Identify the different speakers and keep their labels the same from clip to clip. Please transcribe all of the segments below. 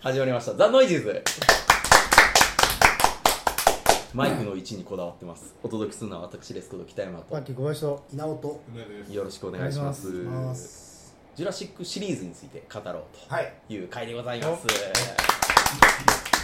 Speaker 1: 始まりました。ザ・ノイジーズマイクの位置にこだわってます。お届けするのは私、レスコと北山
Speaker 2: パ
Speaker 1: と
Speaker 2: ッ。キー小林と
Speaker 3: 稲尾と
Speaker 4: 梅です。
Speaker 1: よろしくお願いします。
Speaker 2: お願いし
Speaker 3: ま
Speaker 1: ジュラシックシリーズについて語ろう
Speaker 3: はい
Speaker 1: という回でございます。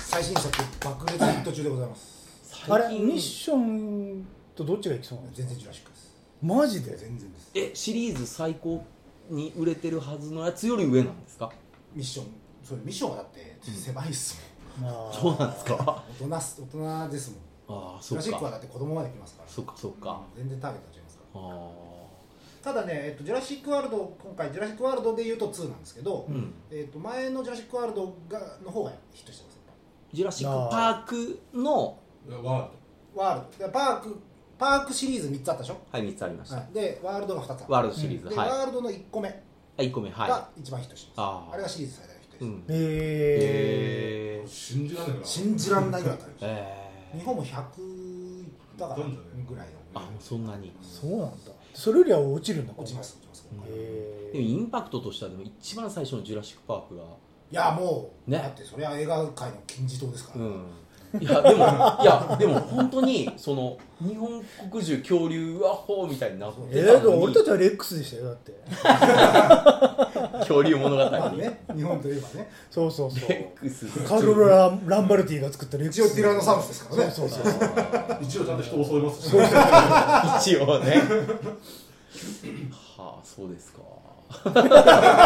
Speaker 3: 最新作爆裂ヒット中でございます
Speaker 2: あれ
Speaker 1: 最近
Speaker 2: ミッションとどっちがいきそうなの
Speaker 3: 全然ジュラシックです
Speaker 2: マジで
Speaker 3: 全然です
Speaker 1: え、シリーズ最高に売れてるはずのやつより上なんですか
Speaker 3: ミッションそれミッションはだって狭いっす
Speaker 2: まあ
Speaker 1: そうなんです
Speaker 3: もん
Speaker 1: か
Speaker 3: 大人っす大人ですもん
Speaker 1: ああ、
Speaker 3: ジュ
Speaker 1: そう
Speaker 3: ラシックは
Speaker 1: か。
Speaker 3: だって子供まで来ますから
Speaker 1: そうか、そうか。
Speaker 3: うん全然ターゲット違いますか
Speaker 1: あ
Speaker 3: らただね、えっと、ジュラシックワールド今回ジュラシックワールドで言うと2なんですけど、
Speaker 1: あ。うん。
Speaker 3: えっと、前のジュラシックワールドがの方がヒットしてます
Speaker 1: ジュラシック・パークの、
Speaker 4: ワ
Speaker 3: ワールドでパークパークシリーズ3つあったでしょ、
Speaker 1: はい、3つありました。
Speaker 3: はい、でワールドが2つあった
Speaker 1: ワールドシリーズ。
Speaker 3: で、
Speaker 1: はい。
Speaker 3: ワールドの1個目
Speaker 1: はい、1個目、はい。
Speaker 3: が一番ヒットしてます、
Speaker 1: あー
Speaker 3: あれがシリーズ最大のヒットです、
Speaker 1: うん。
Speaker 2: え
Speaker 4: ード。信じられないな。
Speaker 3: 信じらんないぐらいだった
Speaker 1: えー
Speaker 3: 日本も100いったかなぐらいの
Speaker 1: あもうそんなに
Speaker 2: ー、そうなんだそれよりは落ちるんだ
Speaker 3: 落ちます落ちます、
Speaker 1: うん
Speaker 2: え
Speaker 1: でも
Speaker 2: ー、
Speaker 1: インパクトとしてはでも一番最初の「ジュラシック・パークが」
Speaker 3: いやもう、
Speaker 1: ね
Speaker 3: だってそれは映画界の金字塔ですから、
Speaker 1: うんいやでもいやでも本当にその日本国中恐竜アホみたいになって
Speaker 2: えー、
Speaker 1: た
Speaker 2: でも
Speaker 1: の
Speaker 2: 俺
Speaker 1: に
Speaker 2: たちはレックスでしたよだって
Speaker 1: 恐竜物語
Speaker 3: まあ
Speaker 1: に
Speaker 3: ね日本といえばね
Speaker 2: そうそうそう
Speaker 1: レックス
Speaker 2: カールラ・ランバルティが作ったレックス
Speaker 3: 一応ティラノサウルスですからね
Speaker 2: そうそうそう
Speaker 1: あ
Speaker 4: 一応ちゃんと人襲いますし。
Speaker 1: ー一応ねはあそうですか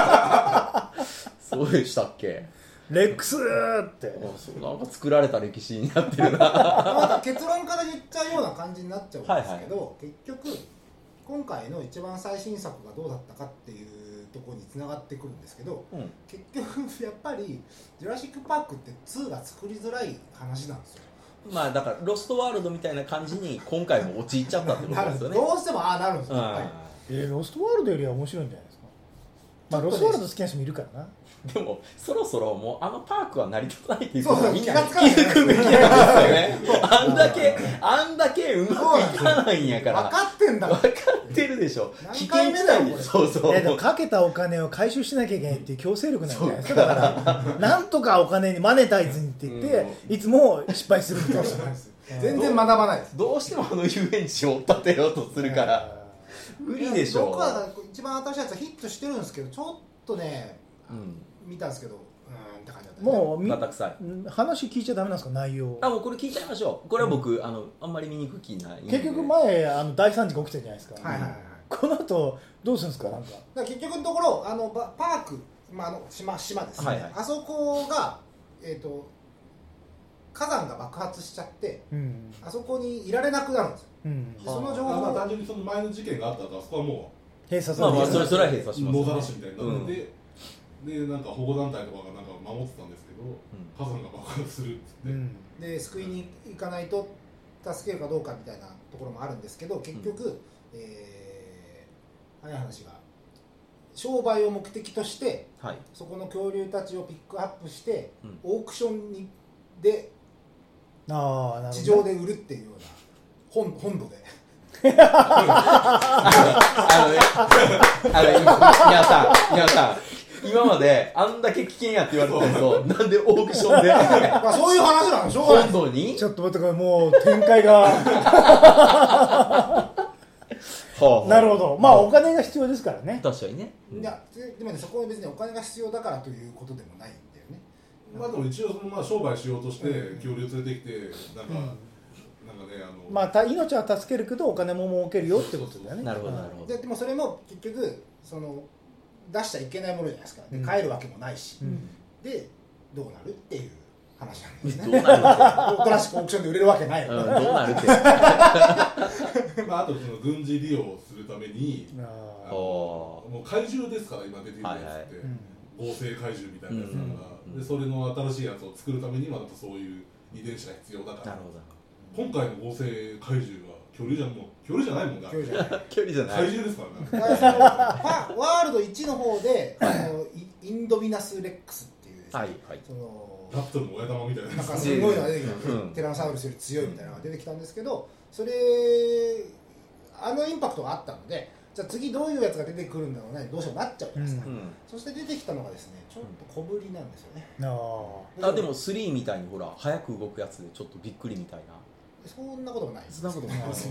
Speaker 1: そうでしたっけ
Speaker 2: レックスーって
Speaker 1: あそうなんか作られた歴史になってるな
Speaker 3: また結論から言っちゃうような感じになっちゃうんですけど、結局今回の一番最新作がどうだったかっていうところにつながってくるんですけど
Speaker 1: うん
Speaker 3: 結局やっぱり「ジュラシック・パーク」って2が作りづらい話なんですよ
Speaker 1: まあだからロストワールドみたいな感じに今回も陥っちゃったってこと
Speaker 3: な
Speaker 1: で
Speaker 3: る
Speaker 1: すよね。
Speaker 3: どうしてもああなるんです
Speaker 1: う
Speaker 3: よ、
Speaker 1: ん
Speaker 3: はい
Speaker 2: えー、ロストワールドよりは面白いんじゃないですかまあロストワールド好きな人もいるからな
Speaker 1: でもそろそろもうあのパークは成り立たないっていうこ
Speaker 3: そ
Speaker 1: と
Speaker 3: うそ
Speaker 1: を
Speaker 3: う
Speaker 1: みん
Speaker 3: 気
Speaker 1: な
Speaker 3: が
Speaker 1: に
Speaker 3: つ
Speaker 1: 気
Speaker 3: かない
Speaker 1: づくべきなんですよね。あんだけあんだけうま
Speaker 3: そうなん
Speaker 1: く
Speaker 3: で
Speaker 1: い
Speaker 3: すよ
Speaker 1: かないんやか
Speaker 3: 分
Speaker 1: ら
Speaker 3: かってんだ
Speaker 1: 分かってるでしょ。危険
Speaker 3: 何回
Speaker 1: 地
Speaker 3: 目だよ
Speaker 1: 帯で
Speaker 3: これ
Speaker 1: そうそう。
Speaker 2: えーでもかけたお金を回収しなきゃいけないっていう強制力なんじゃないですかだからなんとかお金にマネタイズにって言って、いつも失敗するみたいな
Speaker 3: 全然学ばないです
Speaker 1: どうしてもあの遊園地を建てようとするから無理でしょ。
Speaker 3: 僕は一番新しいやつはヒットしてるんですけどちょっとね
Speaker 1: うん。
Speaker 3: 見たんですけどうーんって感じだった、ね、
Speaker 2: もうみ
Speaker 1: また臭い。
Speaker 2: 話聞いちゃダメなんですか内容
Speaker 1: あもうこれ聞いちゃいましょう。これは僕あのあんまり見に行く気ないんで。
Speaker 2: 結局前あの大惨事が起きたじゃないですか、
Speaker 3: はいはいはいはい
Speaker 2: この後どうするんですかなんか
Speaker 3: だから結局のところあのパパーク、まあ、あの島島ですね、
Speaker 1: はいはい
Speaker 3: あそこが、えー、と火山が爆発しちゃって
Speaker 2: うん
Speaker 3: あそこにいられなくなるんですよ
Speaker 2: うん
Speaker 3: でその情
Speaker 4: あまあ
Speaker 3: 報が
Speaker 4: 単純にその前の事件があった後、あそこはも
Speaker 2: 閉鎖す
Speaker 1: ま
Speaker 2: る
Speaker 1: あまあそれ
Speaker 2: う
Speaker 1: それは閉鎖
Speaker 4: う
Speaker 1: しますよ
Speaker 4: 野
Speaker 1: ね。
Speaker 4: ざらしみたいになって
Speaker 1: う
Speaker 4: て、でなんか保護団体とかがなんか守ってたんですけど、火山が爆発するっつって、
Speaker 2: ん
Speaker 3: で救いに行かないと助けるかどうかみたいなところもあるんですけど結局、えー早い話が商売を目的として
Speaker 1: はい。
Speaker 3: そこの恐竜たちをピックアップして、
Speaker 1: うん
Speaker 3: オークションにで
Speaker 2: ああなるほど
Speaker 3: 地上で売るっていうような本本土で
Speaker 1: あのね、あの、皆さん、皆さん、今まであんだけ危険やって言われてたんですよ。なんでオークションで、
Speaker 3: まあそういう話なのしょうがない
Speaker 1: 本土に
Speaker 2: ちょっと待ってこれもう展開が
Speaker 1: はあ
Speaker 2: なるほどまあお金が必要ですからね
Speaker 1: 確かにね。
Speaker 3: いやででもねそこは別にお金が必要だからということでもないんだよね
Speaker 4: まあでも一応そのまあ商売しようとして恐竜連れてきてなんか、なんかねあの、
Speaker 2: まあた命は助けるけどお金も儲けるよってことだよね
Speaker 1: なるほど、なるほど
Speaker 3: で。でもそれも結局その出しちゃいけないものじゃないですかで
Speaker 2: うん
Speaker 3: 帰るわけもないし、
Speaker 2: うん
Speaker 3: でどうなるっていう話なんです
Speaker 1: ど う
Speaker 3: ね
Speaker 1: なる
Speaker 3: おとなしくオークションで売れるわけない、
Speaker 1: うん、どうなるって。
Speaker 4: まああとその軍事利用をするために、あの
Speaker 2: あ
Speaker 1: お
Speaker 4: もう怪獣ですから今出てきたやつって、
Speaker 1: はいはい
Speaker 2: ーうん
Speaker 4: 合成怪獣みたいなやつだ
Speaker 1: うん
Speaker 4: から、
Speaker 1: うんうん
Speaker 4: でそれの新しいやつを作るためにはまたそういう遺伝子が必要だか
Speaker 1: な
Speaker 4: ら
Speaker 1: るほど。
Speaker 4: 今回の合成怪獣は恐竜じゃもう恐竜じゃないもんだ
Speaker 3: 今日じゃない
Speaker 1: 距離じゃない
Speaker 4: 怪。獣ですからね
Speaker 3: だからそのパワールド1の方であのイインドビナスレックスっていうですね、
Speaker 1: はい、はい。
Speaker 3: そ
Speaker 4: ラ
Speaker 3: の
Speaker 4: プトルの親玉みたいなや
Speaker 3: なん
Speaker 4: つ
Speaker 3: かすごいのが出てきた、
Speaker 1: うん
Speaker 3: ティラノサウルスより強いみたいなのが出てきたんですけどそれあのインパクトがあったのでじゃあ次どういうやつが出てくるんだろうねどうしようなっちゃうじゃないですか、
Speaker 2: うん
Speaker 1: うん
Speaker 3: そして出てきたのがですねちょっと小ぶりなんですよね、
Speaker 2: あ
Speaker 1: あでも3みたいにほら早く動くやつでちょっとびっくりみたいな
Speaker 3: そんなこともないです
Speaker 1: そんなこともない
Speaker 4: あのなんか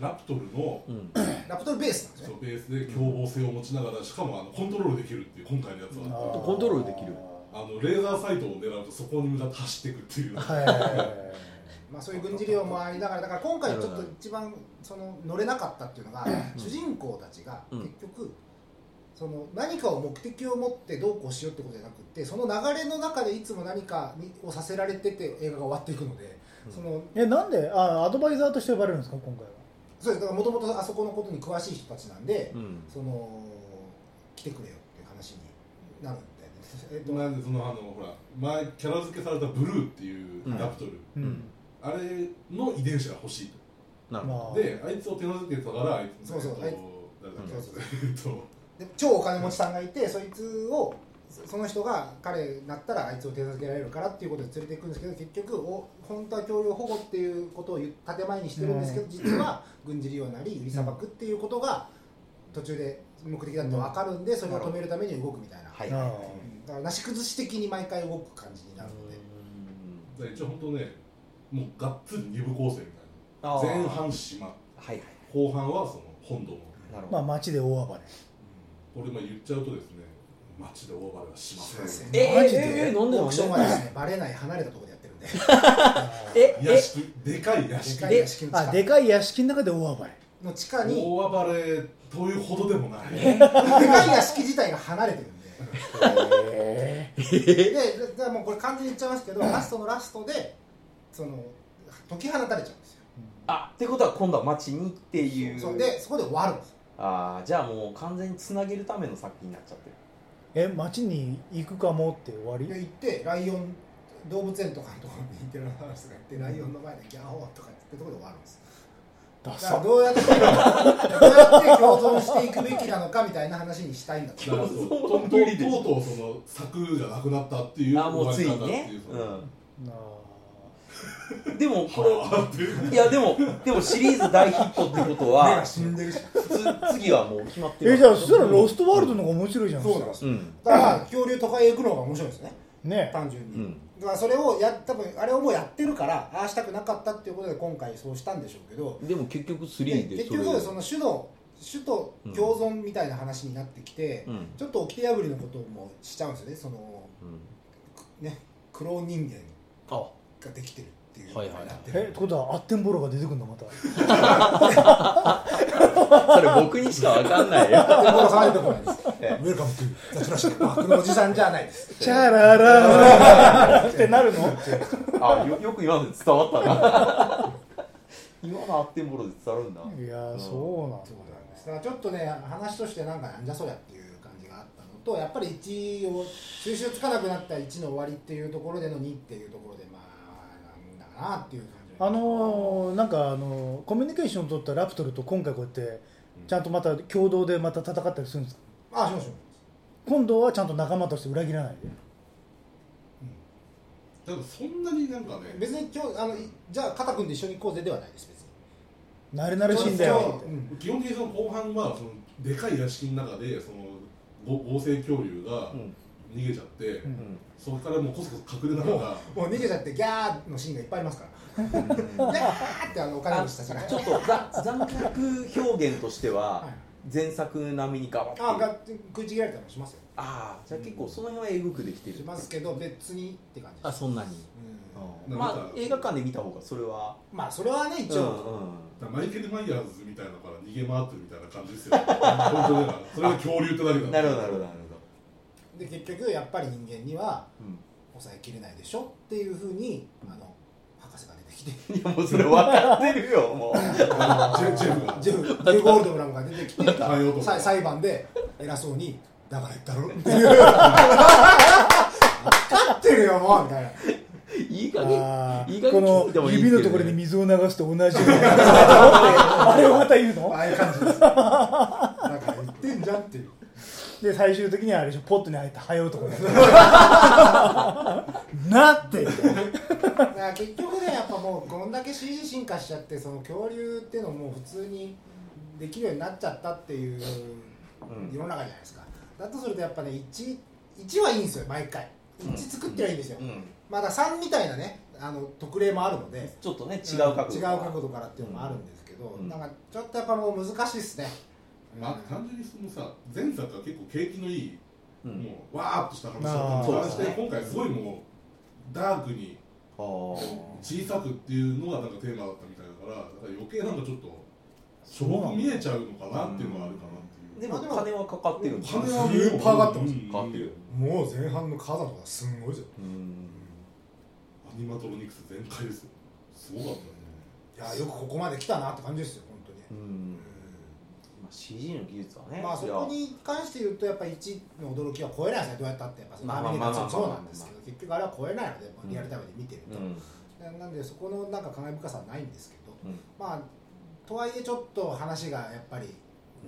Speaker 4: ラプトルの
Speaker 1: うん
Speaker 3: ラプトルベースなんです
Speaker 4: そ
Speaker 3: ね
Speaker 4: うベースで凶暴性を持ちながらしかもあのコントロールできるっていう今回のやつ
Speaker 2: ー
Speaker 4: は
Speaker 1: コントロールできる
Speaker 4: あのレーザーサイトを狙うとそこに向かって走っていくっていう、
Speaker 2: は
Speaker 3: まあ、そういう軍事利用もありながらだから今回ちょっ
Speaker 1: なるほ
Speaker 3: と
Speaker 1: ど
Speaker 3: 一番その乗れなかったっていうのが、主人公たちが
Speaker 1: うん
Speaker 3: 結局、その何かを目的を持ってどうこうしようってことじゃなくってその流れの中でいつも何かにをさせられてて映画が終わっていくので、
Speaker 1: うん
Speaker 3: その
Speaker 2: いえなんであアドバイザーとして呼ばれるんですか今回は
Speaker 3: そうですだからもともとあそこのことに詳しい人たちなんで、
Speaker 1: うん
Speaker 3: その来てくれよっていう話になるんで、えっと
Speaker 4: なんでそのあのほら前キャラ付けされたブルーっていう
Speaker 1: うん
Speaker 4: ラプトル、
Speaker 2: う
Speaker 1: うん
Speaker 4: あれの遺伝子が欲しいと
Speaker 1: なるほど
Speaker 2: まあ
Speaker 4: であいつを手なずけてたからあいつ
Speaker 3: そうそう
Speaker 4: えっと誰だっけ
Speaker 3: そうそう
Speaker 4: えっと
Speaker 3: で超お金持ちさんがいてそいつをそその人が彼になったらあいつを手助けられるからっていうことで連れていくんですけど結局お本当は強領保護っていうことを言う建前にしてるんですけど実は軍事利用なり売りさばくっていうことが途中で目的だって分かるんでそれを止めるために動くみたいな、
Speaker 1: は
Speaker 2: あ
Speaker 1: い
Speaker 2: ー
Speaker 3: うんだからなし崩し的に毎回動く感じになるので、
Speaker 4: だから一応本当ねもうがっつり二部構成み
Speaker 1: あー
Speaker 4: たいな前半島
Speaker 1: はいはい
Speaker 4: 後半はその本土の
Speaker 1: なるほ
Speaker 2: まあ
Speaker 1: ど
Speaker 2: 街で大暴れ
Speaker 4: これまあ言っちゃうとですね街で大暴れはしません
Speaker 3: しません
Speaker 1: えー
Speaker 2: マジで
Speaker 1: えーえーなんでな
Speaker 3: オー
Speaker 1: ん
Speaker 3: ク
Speaker 1: で
Speaker 3: ションはですねバレない離れたところでやってるんで
Speaker 1: え
Speaker 4: 屋
Speaker 1: え
Speaker 4: 敷でかい屋
Speaker 3: で
Speaker 4: 敷
Speaker 3: かい屋敷の地
Speaker 2: あ
Speaker 3: 下
Speaker 2: でかい屋敷の中で大暴れ
Speaker 3: の地下に
Speaker 4: 大暴れというほどでもない
Speaker 3: でかい屋敷自体が離れてるんで
Speaker 2: へ
Speaker 3: でででもうこれ完全に言っちゃいますけどラストのラストでその解き放たれちゃうんですよ
Speaker 1: あってことは今度は街にっていう
Speaker 3: そうでそこで終わるんですよ
Speaker 1: ああじゃあもう完全につなげるための作品になっちゃってる
Speaker 2: え街に行くかもって終わり
Speaker 3: で行ってライオン動物園とかのところに行ってる話とか言ってライオンの前でギャオーとか言ってるところで終わるんです
Speaker 2: ダ
Speaker 3: だから
Speaker 2: サ
Speaker 3: どうやってどうやって共存していくべきなのかみたいな話にしたいんだと
Speaker 4: だから
Speaker 3: 思
Speaker 4: そうう
Speaker 1: そう
Speaker 4: とうと
Speaker 1: 無理でし
Speaker 4: う
Speaker 1: ょ
Speaker 4: とうその柵がなくなったっていう
Speaker 1: あーもうついにね
Speaker 4: 終わり方っていううその
Speaker 1: ん
Speaker 2: なあ
Speaker 1: でもこれ
Speaker 4: あーっていう
Speaker 1: いやでもでもシリーズ大ヒットってこと
Speaker 3: 目
Speaker 1: は
Speaker 3: が死んでるし
Speaker 1: つ次はもう決まってる
Speaker 2: えじゃあそしたらロストワールドの方が面白いじゃないで
Speaker 3: そう
Speaker 2: す
Speaker 3: な
Speaker 1: う
Speaker 2: か
Speaker 3: んですよ
Speaker 1: ん
Speaker 3: だから恐竜都会へ行くのが面白いですね
Speaker 2: ね
Speaker 3: 単純に、
Speaker 1: うん
Speaker 3: だからそれをや多分あれをもうやってるからああしたくなかったっていうことで今回そうしたんでしょうけど
Speaker 1: でも結局
Speaker 3: で
Speaker 1: 3で
Speaker 3: 結
Speaker 1: それを
Speaker 3: 局その主の主と共存みたいな話になってきて、
Speaker 1: うん
Speaker 3: ちょっと掟破りのこともしちゃうんですよねその
Speaker 1: うん
Speaker 3: ねクローン人間
Speaker 1: あ
Speaker 3: ができてるっていう
Speaker 1: はいはいはい
Speaker 3: なってる
Speaker 2: えってことはアッテンボロが出てくるのまた
Speaker 1: それ僕にしかわかんないよ
Speaker 3: で殺されてもないです
Speaker 1: え
Speaker 3: ウェルカムトゥザ・ジュラシック・パークのおじさんじゃないです
Speaker 2: チャラララ ってなるの
Speaker 1: あ よよく今ので伝わったな今のあってもろで伝わるんだ
Speaker 2: いや
Speaker 1: う
Speaker 2: ー
Speaker 1: ん
Speaker 2: そうなんだ
Speaker 3: そうなんですだからちょっとね話としてなんかなんじゃそりゃっていう感じがあったのとやっぱり1を収集つかなくなった1の終わりっていうところでの2っていうところでまあなんだなっていう感じ
Speaker 2: あのーなんかあのーコミュニケーション取ったラプトルと今回こうやってちゃんとまた共同でまた戦ったりするんですか
Speaker 3: あしもしも
Speaker 2: 今度はちゃんと仲間として裏切らないで
Speaker 4: だからそんなになんかね
Speaker 3: 別に今日あのいじゃあ肩組んで一緒に行こうぜではないです別に
Speaker 2: 慣れ慣れしいんだよって
Speaker 3: うん
Speaker 4: 基本的にその後半はそのでかい屋敷の中でそのご合成恐竜が
Speaker 1: うん
Speaker 4: 逃げちゃって、
Speaker 2: ん
Speaker 1: うん
Speaker 4: そこからもうこそこそ隠れながら
Speaker 3: もう逃げちゃってギャーのシーンがいっぱいありますからギャーってあのお金
Speaker 1: あ
Speaker 3: 持ちたちが
Speaker 1: ちょっとざ残酷表現としては
Speaker 3: はい
Speaker 1: 前作並みに変わってる
Speaker 3: あが食いちぎられたりもしますよ
Speaker 1: あーじゃあ結構その辺はえぐくできて
Speaker 3: し
Speaker 1: る
Speaker 3: ますけど別にって感じ
Speaker 1: あ
Speaker 3: です
Speaker 1: そんなに
Speaker 3: うん
Speaker 4: うん
Speaker 1: まあ映画館で見た方がそれは
Speaker 3: まあそれはね一応
Speaker 4: だからマイケル・マイヤーズみたいなのから逃げ回ってるみたいな感じですよ本当だからそれが恐竜ってだけだ
Speaker 1: なるほどなるほどなる
Speaker 3: で結局やっぱり人間には
Speaker 1: ほど
Speaker 3: 抑えきれないでしょっていうふうにあの博士が出てきて
Speaker 1: うんいやもうそれ分かってるよ もう
Speaker 4: あのジェジェフが
Speaker 3: ジェフジェフ・ゴールドブラムが出てきて
Speaker 4: 太陽と
Speaker 3: さ
Speaker 4: か
Speaker 3: 裁判で偉そうに「だから言ったろ」っていう分かってるよもうみたいない
Speaker 1: い加
Speaker 2: あ
Speaker 1: 減いい
Speaker 2: ー
Speaker 1: 加
Speaker 2: こ
Speaker 1: 減
Speaker 2: の指のところに
Speaker 1: に
Speaker 2: 水を流すと同じようなあれをまた言う
Speaker 3: あ
Speaker 2: の
Speaker 3: あいう感じですだから言ってんじゃんっていう
Speaker 2: で最終的にはあれでしょポットに入ったハエ男になって
Speaker 3: だから結局ねやっぱもうこんだけ CG 進化しちゃってその恐竜っていうのももう普通にできるようになっちゃったっていう
Speaker 1: うん
Speaker 3: 世の中じゃないですか、だとするとやっぱね 1, 1はいいんですよ毎回1作ってはいいんですよ、
Speaker 1: うん
Speaker 3: まだ3みたいなねあの特例もあるので
Speaker 1: ちょっとね違う角度、
Speaker 3: ん違う角度からっていうのもあるんですけど、
Speaker 1: うん
Speaker 3: なんかちょっとやっぱもう難しいですね、うん
Speaker 4: まあ、単純にそのさ前作は結構景気のいい、
Speaker 1: うん
Speaker 4: もうわーっとした話だ
Speaker 2: あー
Speaker 4: ったのに
Speaker 1: そうですね
Speaker 4: 今回すごいもうダークに
Speaker 1: あー
Speaker 4: 小さくっていうのがなんかテーマだったみたいだからだから余計なんかちょっとしょぼく見えちゃうのかなっていうのはあるかなってい
Speaker 1: で
Speaker 4: う
Speaker 1: も金はかかってるんですよ
Speaker 3: 金
Speaker 4: はもう
Speaker 3: スーパーがってます
Speaker 4: うん
Speaker 1: かかってるよ
Speaker 3: もう前半の火山とかすんごいじゃん
Speaker 1: うん
Speaker 4: アニマトロニクス全開ですよすごかったね
Speaker 3: いやよくここまで来たなって感じですよ本当に、
Speaker 1: うんまあ CG の技術はね
Speaker 3: まあそこに関して言うとやっぱ1の驚きは超えないですねどうやったってやっぱその
Speaker 1: まあま
Speaker 3: ア
Speaker 1: あ
Speaker 3: メリ
Speaker 1: まあ
Speaker 3: カ
Speaker 1: まあ
Speaker 3: もそうなんですけど結局あれは超えないのでやっぱリアルタイムで見てる
Speaker 1: い
Speaker 3: と
Speaker 1: や、うん
Speaker 3: ななんでそこのなんか感慨深さはないんですけど
Speaker 1: うん
Speaker 3: まあとはいえちょっと話がやっぱり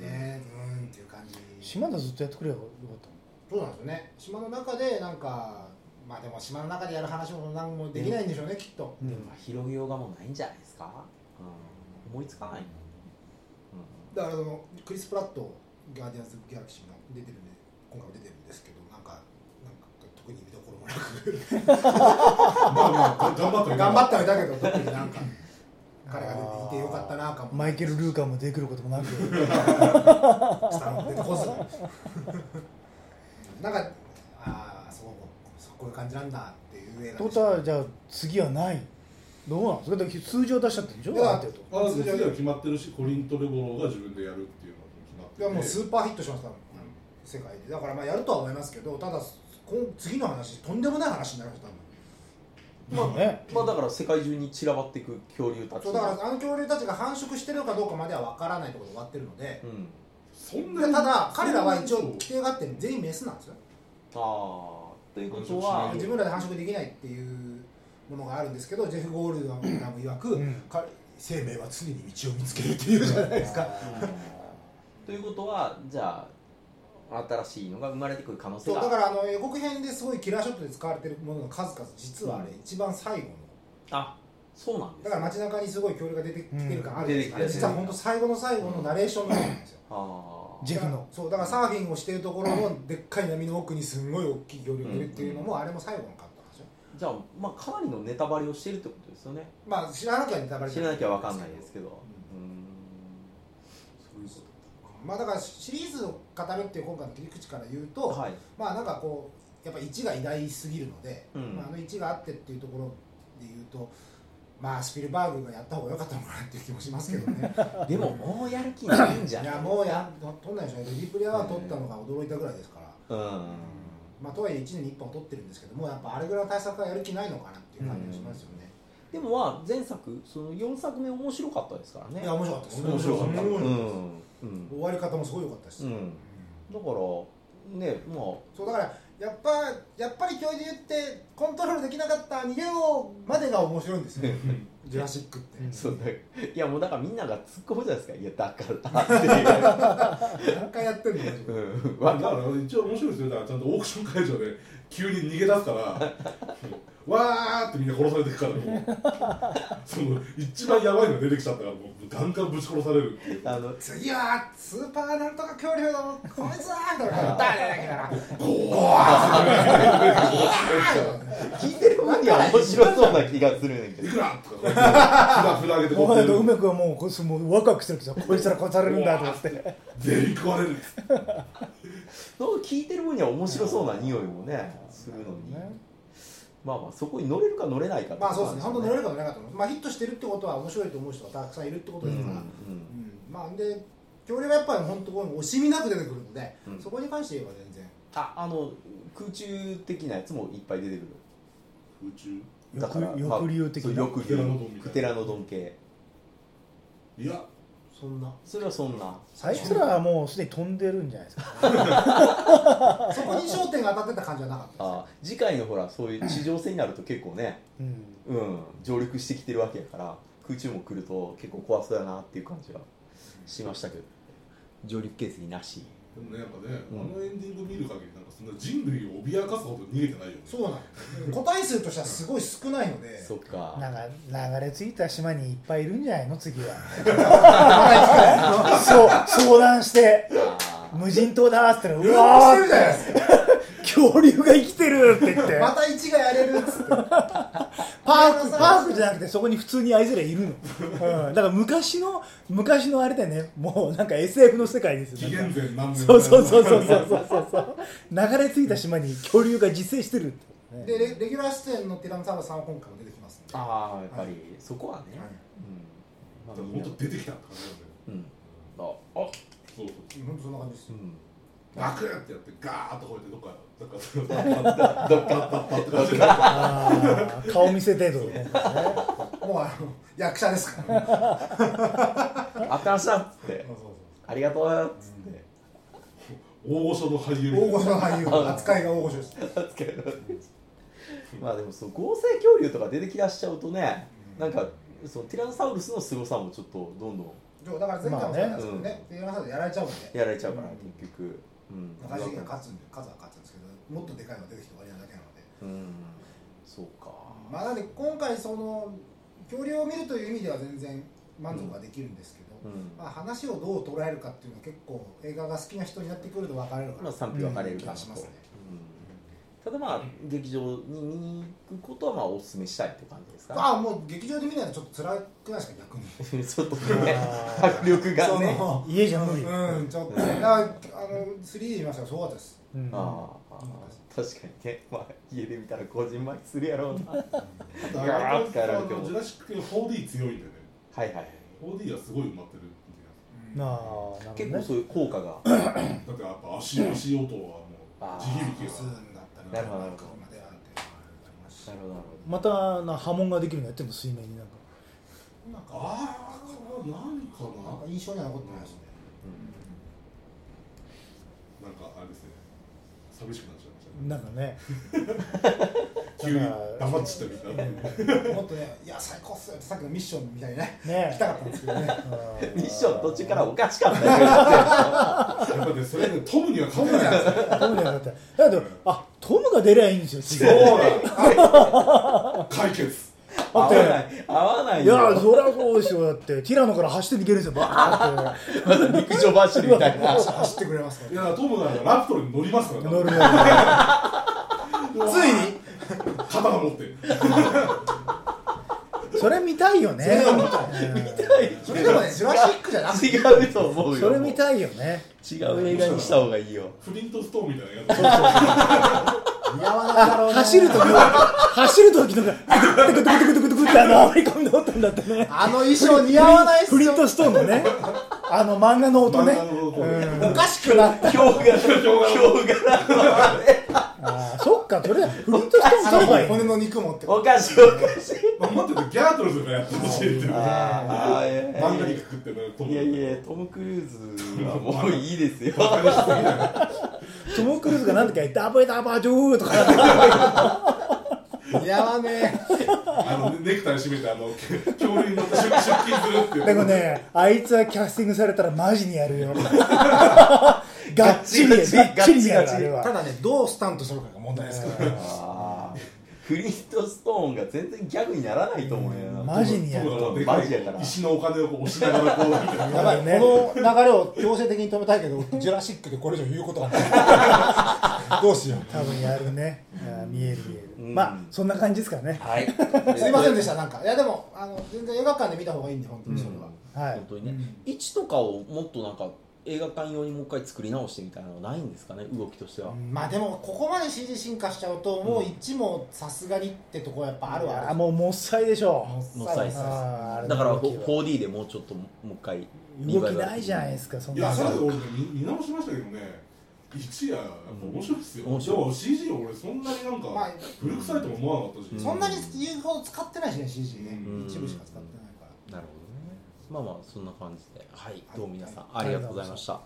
Speaker 3: ねうんっていう感じ
Speaker 2: 島田ずっとやってくれよよかった
Speaker 3: そうなんですよね島の中でなんかまあでも島の中でやる話も何もできないんでしょうねきっと
Speaker 2: の
Speaker 1: でもまあ広げようがもうないんじゃないですか、うん、思いつかない、
Speaker 3: だからそのクリス・プラットガーディアンズ・ギャラクシーの出てるんで今回も出てるんですけどなんかなんか特に見どころもな く
Speaker 4: まあまあ頑張ったよ
Speaker 3: 頑張ったよだけど特になんか彼が出ていてよかったなかも
Speaker 2: マイケル・ルーカーも出てくることもなく
Speaker 3: スタン出てこずなんかああそうそうこういう感じなんだっていう映画
Speaker 2: ということはじゃあ次はないどうなんですかだって数字を出しちゃったんでしょ
Speaker 3: いや
Speaker 2: ある程度
Speaker 4: あ次は決まってるしコリント・レボロが自分でやるっていうのも
Speaker 3: い
Speaker 4: 決
Speaker 3: や
Speaker 4: まって
Speaker 3: もう
Speaker 4: る
Speaker 3: スーパーヒットしましたもん世界でだからまあやるとは思いますけどただこん次の話とんでもない話になりました
Speaker 1: まあ
Speaker 2: ね
Speaker 1: まあだから世界中に散らばっていく恐竜たち
Speaker 3: そうだからあの恐竜たちが繁殖してるのかどうかまでは分からないところで終わってるので
Speaker 1: うん
Speaker 4: そんな
Speaker 3: た
Speaker 4: に
Speaker 3: だ彼らは一応
Speaker 4: そんなに
Speaker 3: 規定があって全員メスなんですよ
Speaker 1: ああということは
Speaker 4: 繁殖しない
Speaker 3: 自分らで繁殖できないっていうものがあるんですけどジェフ・ゴールドンが曰く、
Speaker 2: うん
Speaker 3: か生命は常に道を見つけるっていうじゃないですか
Speaker 1: うんということはじゃあ新しいのが生まれてくる可能性
Speaker 3: そう
Speaker 1: が
Speaker 3: だからあの予告編ですごいキラーショットで使われてるものの数々実はあれ一番最後の
Speaker 1: あそうなんです
Speaker 3: だから街中にすごい恐竜が出てきてる感あるんですけど、
Speaker 1: うん出てきて
Speaker 3: 実は本当最後の最後のナレーションなんですよ
Speaker 1: ああ
Speaker 2: ジェフの
Speaker 3: そうだからサーフィンをしてるところのでっかい波の奥にすんごい大きい恐竜がいるっていうのもあれも最後のカットなんですよ
Speaker 1: じゃあまあかなりのネタバレをしてるってことですよね
Speaker 3: まあ知らなきゃネタバレ
Speaker 1: 知らなきゃわかんないですけど
Speaker 3: う
Speaker 1: うん
Speaker 4: そういうこ
Speaker 3: まあだからシリーズを語るっていう今回の切り口から言うと、
Speaker 1: はい
Speaker 3: まあなんかこうやっぱ1が偉大すぎるので、
Speaker 1: うん
Speaker 3: まあ、あの1があってっていうところで言うとまあスピルバーグがやった方が良かったのかなっていう気もしますけどね
Speaker 1: でももうやる気ない んじゃ
Speaker 3: い
Speaker 1: ない
Speaker 3: やもうや取んないでしょうねリプレイは取ったのが驚いたぐらいですから、
Speaker 1: うん
Speaker 3: まあとはいえ1年に1本取ってるんですけどもやっぱあれぐらいの対策はやる気ないのかなっていう感じがしますよね、
Speaker 1: でもまあ前作その4作目面白かったですからね
Speaker 3: いや面白かったです
Speaker 1: 面白かった
Speaker 3: 面白
Speaker 1: う
Speaker 3: かったです
Speaker 1: んうん
Speaker 3: 終わり方もすごい良かったです、
Speaker 1: う
Speaker 3: うん
Speaker 1: んだからねまあ
Speaker 3: そうだからやっぱやっぱり教授言ってコントロールできなかった逃げようまでが面白いんですよジュラシックって、
Speaker 2: うん
Speaker 1: そうだいやもうだからみんなが突っ込むじゃないですかいやだから
Speaker 3: 何回やってるの
Speaker 1: っていう、うん、
Speaker 4: とだ
Speaker 1: わ
Speaker 4: か
Speaker 1: から
Speaker 4: 一応面白いですよだからちゃんとオークション会場で急に逃げ出すからわーってみんな殺されていくからもうその一番やばいのが出てきちゃったからもうガンガンぶち殺されるっていう
Speaker 1: あの
Speaker 3: 次はスーパーなんとか恐竜のこいつだとか誰だけだな
Speaker 1: 聞いてる分には面白そうな気がするねんけ
Speaker 4: い
Speaker 1: ど
Speaker 4: くらとか札札上げて
Speaker 2: もう
Speaker 4: こう
Speaker 2: だ
Speaker 4: やっ
Speaker 2: と
Speaker 4: て
Speaker 2: 梅君はもうこいつもうワクワクしてるけどこいつら殺されるんだと思って
Speaker 4: 全員食われる
Speaker 1: そう聞いてる分には面白そうな匂いもねするのに、
Speaker 2: ね
Speaker 1: まあまあそこに乗れるか乗れないかって
Speaker 3: まあそうですね
Speaker 1: こ
Speaker 3: 本当
Speaker 1: と
Speaker 3: 乗
Speaker 1: な
Speaker 3: れ
Speaker 1: ん
Speaker 3: るか乗れなかったと思うまあヒットしてるってことは面白いと思う人がたくさんいるってこと
Speaker 1: で
Speaker 3: ですす
Speaker 1: よ
Speaker 3: か
Speaker 1: ね
Speaker 3: ら、
Speaker 1: うん
Speaker 3: うんまあで恐竜はやっぱり本当こう惜しみなく出てくるので、
Speaker 1: うん
Speaker 3: そこに関して言えば全然
Speaker 1: ああの空中的なやつもいっぱい出てくる
Speaker 4: 宇宙
Speaker 1: だから
Speaker 2: 抑抑留的な
Speaker 1: な抑
Speaker 4: クテラノドンみたい
Speaker 1: 留
Speaker 4: な
Speaker 1: クテラノドン系
Speaker 4: いや
Speaker 3: そんな
Speaker 1: それはそんな
Speaker 2: あいつらはもうすでに飛んでるんじゃないですか
Speaker 3: そこに焦点が当たってた感じはなかった
Speaker 1: あ次回のほらそういう地上戦になると結構ね
Speaker 2: うん
Speaker 1: うん上陸してきてるわけやから空中も来ると結構怖そうだなっていう感じはしましたけど上陸形跡なし
Speaker 4: でもねやっぱね、
Speaker 1: うん
Speaker 4: あのエンディング見る限りなんかそんな人類を脅かすほど逃げてないよね
Speaker 3: そうなんよ個体数としてはすごい少ないので
Speaker 1: そっか
Speaker 2: なんか流れ着いた島にいっぱいいるんじゃないの次 はそう相談して
Speaker 1: あ
Speaker 2: 無人島だーって言った
Speaker 3: う
Speaker 2: らう
Speaker 3: わ
Speaker 2: わ
Speaker 3: してるじゃ ない
Speaker 2: ーっ
Speaker 3: ですか
Speaker 2: て恐竜が生きてるって言って
Speaker 3: また一がやれるっつって
Speaker 2: パークパークじゃなくてそこに普通にあいつらいるの、うん、だから昔の昔のあれだよねもうなんか SF の世界です
Speaker 4: 紀
Speaker 2: よなん
Speaker 4: 元
Speaker 2: か
Speaker 4: 前何年
Speaker 2: そうそうそうそううそうそうそうそう流れ着いた島に恐竜が自生してるってね
Speaker 3: でレレギュラー出演のティラノサウルスさんは今回も出てきますんで
Speaker 1: あーやっぱりそこはねうんまあみん
Speaker 4: 本
Speaker 1: な
Speaker 4: 当出てきたって感じなんだよね
Speaker 1: うんああ
Speaker 4: そうそう
Speaker 3: 本当そんな感じです
Speaker 1: うん
Speaker 4: バクってやってガーッと吠えてどっかどっかどっかどっかどっかって感じで
Speaker 2: あー顔見せ 程度でね
Speaker 3: もうあの役者ですからね
Speaker 1: あったしたっつって
Speaker 3: そうそう
Speaker 1: ありがとうっつって
Speaker 4: 大御所の俳優み
Speaker 3: そう
Speaker 4: た
Speaker 3: 大
Speaker 4: い
Speaker 3: 御
Speaker 4: な
Speaker 3: 所の俳優扱いが大御所です
Speaker 1: まあでもそう合成恐竜とか出てきだしちゃうとねなんかそのティラノサウルスの凄さもちょっとどんどん
Speaker 3: そうだから前回もそうなんですけど
Speaker 1: まあ
Speaker 3: ねティラノサウルスやられちゃうんで
Speaker 1: やられちゃうから
Speaker 3: うん
Speaker 1: 結局うん
Speaker 3: 最終的には勝つんで数は勝つんですけどもっとでかいのが出てきて終わりなだけなので
Speaker 1: うんそうか
Speaker 3: まあ、なので今回その恐竜を見るという意味では全然満足はできるんですけど、
Speaker 1: うん
Speaker 3: まあ、話をどう捉えるかっていうのは結構映画が好きな人になってくると分かれるか
Speaker 1: ま
Speaker 3: な
Speaker 1: あ賛否分かれる
Speaker 3: 気
Speaker 1: かな
Speaker 3: が
Speaker 1: と
Speaker 3: しますね、
Speaker 1: ただまあ劇場に見に行くことはまあお勧めしたいって感じですか
Speaker 3: ああもう劇場で見ないのちょっと辛くないですか逆に
Speaker 1: ちょっとね
Speaker 2: あー
Speaker 1: 迫力がねあ
Speaker 3: そ
Speaker 2: 家じゃ無理、
Speaker 3: のうんちょっとだからあの 3D 見ましたらすごかったです
Speaker 2: うん
Speaker 1: あー確かにねまあ家で見たら個人巻きするやろうなはい
Speaker 4: ガーッとやられて
Speaker 1: も
Speaker 4: もジュラシック 4D 強いんだよね
Speaker 1: はいはい
Speaker 4: 4D はすごい埋まってる
Speaker 2: なあなるほどね
Speaker 1: 結構そういう効果が
Speaker 4: だってやっぱ足足音はも
Speaker 1: あー
Speaker 4: う地響き
Speaker 3: 数
Speaker 4: が
Speaker 3: だったり
Speaker 1: なるほどなるほど
Speaker 3: まであっていうのがありますし
Speaker 1: なるほどなる
Speaker 2: またな波紋ができるのやっても水面になんか
Speaker 3: なんか
Speaker 4: ああ何か
Speaker 3: なんか
Speaker 4: な
Speaker 3: 印象には残ってないですね
Speaker 4: なんかあれですね寂しくなっちゃいましたね
Speaker 2: なんかね
Speaker 4: 急に黙っちゃったみたい な
Speaker 3: もっとね、いや、最高っすよってさっきのミッションみたいにね、
Speaker 2: ね
Speaker 3: 来たかったんですけどね。
Speaker 1: ほどミッション途中からおかしかったよ
Speaker 4: やっぱねそれねトムには勝てないです ね
Speaker 2: トムじゃなかっただけどあトムが出りゃいいんですよ次
Speaker 4: そうだ解決
Speaker 1: 合わない合わないい
Speaker 2: や
Speaker 1: よ
Speaker 2: そりゃそうでしょだってティラノから走って逃げるんですよバーって
Speaker 1: また陸上走りみたいな
Speaker 3: 走ってくれますか
Speaker 4: い
Speaker 3: ら。
Speaker 4: やトムがラプトルに乗りますから
Speaker 2: 乗る
Speaker 4: ね
Speaker 2: のが
Speaker 3: ついに、
Speaker 4: 刀持って
Speaker 2: それ見たいよね
Speaker 3: それでもね、ジュラシックじゃなくて、
Speaker 1: 違うと思う
Speaker 2: うん
Speaker 1: よ
Speaker 2: それ見たいよね
Speaker 1: 違う映画にした方がいいよ
Speaker 4: フリントストーンみたいなや
Speaker 3: 似合わなかろうな
Speaker 2: 走る時の走る時のがグクグクグクグクグクってあの割り込んでおったんだってね
Speaker 3: あの衣装似合 わないっす
Speaker 2: フリ
Speaker 3: よ
Speaker 2: ン。トストーンのねあの漫画の
Speaker 4: つ
Speaker 2: 音ね
Speaker 4: 漫画のこう
Speaker 3: おかしくなった。
Speaker 1: 今日が今日が
Speaker 2: あーそっかそれフリントストーン
Speaker 3: あ
Speaker 2: そ
Speaker 3: の
Speaker 2: うかい
Speaker 3: 骨の肉持って。
Speaker 1: おかしいおかしい
Speaker 4: 頑張っててギャートルズがやってほしいっていう
Speaker 1: ああいや
Speaker 4: 漫画にくくってねトム
Speaker 1: い
Speaker 4: が
Speaker 1: やいやトム・クルーズはもういいです よ
Speaker 4: バカにしすぎない
Speaker 2: トム・クルーズが何とか言って「ダブダバジョー」とか
Speaker 3: 似合わね
Speaker 4: あのネクタイ締めてあのけ恐竜に乗って出出勤するっていう
Speaker 2: でもねあいつはキャスティングされたらマジにやるよガッチリ
Speaker 1: ガ
Speaker 2: ガ
Speaker 1: ッチリ
Speaker 2: ッチリや
Speaker 1: ガッ
Speaker 2: るあ
Speaker 1: チリ
Speaker 2: れ
Speaker 3: え。た
Speaker 2: は
Speaker 3: だね、どうスタントするかが問題ですから。
Speaker 1: ああフリントストーンが全然ギャグにならないと思うよな
Speaker 2: マジにやる
Speaker 4: トムがで
Speaker 1: マジやから
Speaker 4: かい石のお金をこう押しながらこうなんか
Speaker 3: やばい、この流れを強制的に止めたいけど、 ジュラシックでこれ以上言うことが ない。どうしよう。
Speaker 2: 多分やるねあー見える見える、
Speaker 1: うん
Speaker 2: まあそんな感じですからね
Speaker 1: はい
Speaker 3: すいませんで
Speaker 1: し
Speaker 3: した、なんか。いや、でも、あの、全然映画館で見た方がいいんで、本当にそれは。
Speaker 2: はい
Speaker 1: 本当にね位置とかをもっとなんか映画館用にもう一回作り直してみたいなのはないんですかね動きとしては
Speaker 3: まあでもここまで CG 進化しちゃうともう1もさすがにってとこやっぱあるわ
Speaker 2: あーもうもっさいでしょ
Speaker 1: もっさいです
Speaker 2: あーあれ
Speaker 1: だから
Speaker 2: 動きは
Speaker 1: 4D でもうちょっともう一回
Speaker 2: 動きないじゃないですかそん
Speaker 4: い
Speaker 2: な
Speaker 4: や
Speaker 2: の
Speaker 4: それで俺ね見見直しましたけどね一夜やっぱ面白いっすよ、
Speaker 1: 面
Speaker 4: 面
Speaker 1: 白い
Speaker 4: 白い CG 俺そんなになん
Speaker 3: まあ
Speaker 4: か古臭いとも思わなかったし、
Speaker 1: うん
Speaker 3: そんなに言うほど使ってないしね CG ね
Speaker 1: うん
Speaker 3: 一部しか使ってないから
Speaker 1: なるほどねまあまあそんな感じではい
Speaker 3: はい
Speaker 1: どうも皆さんありがとうございました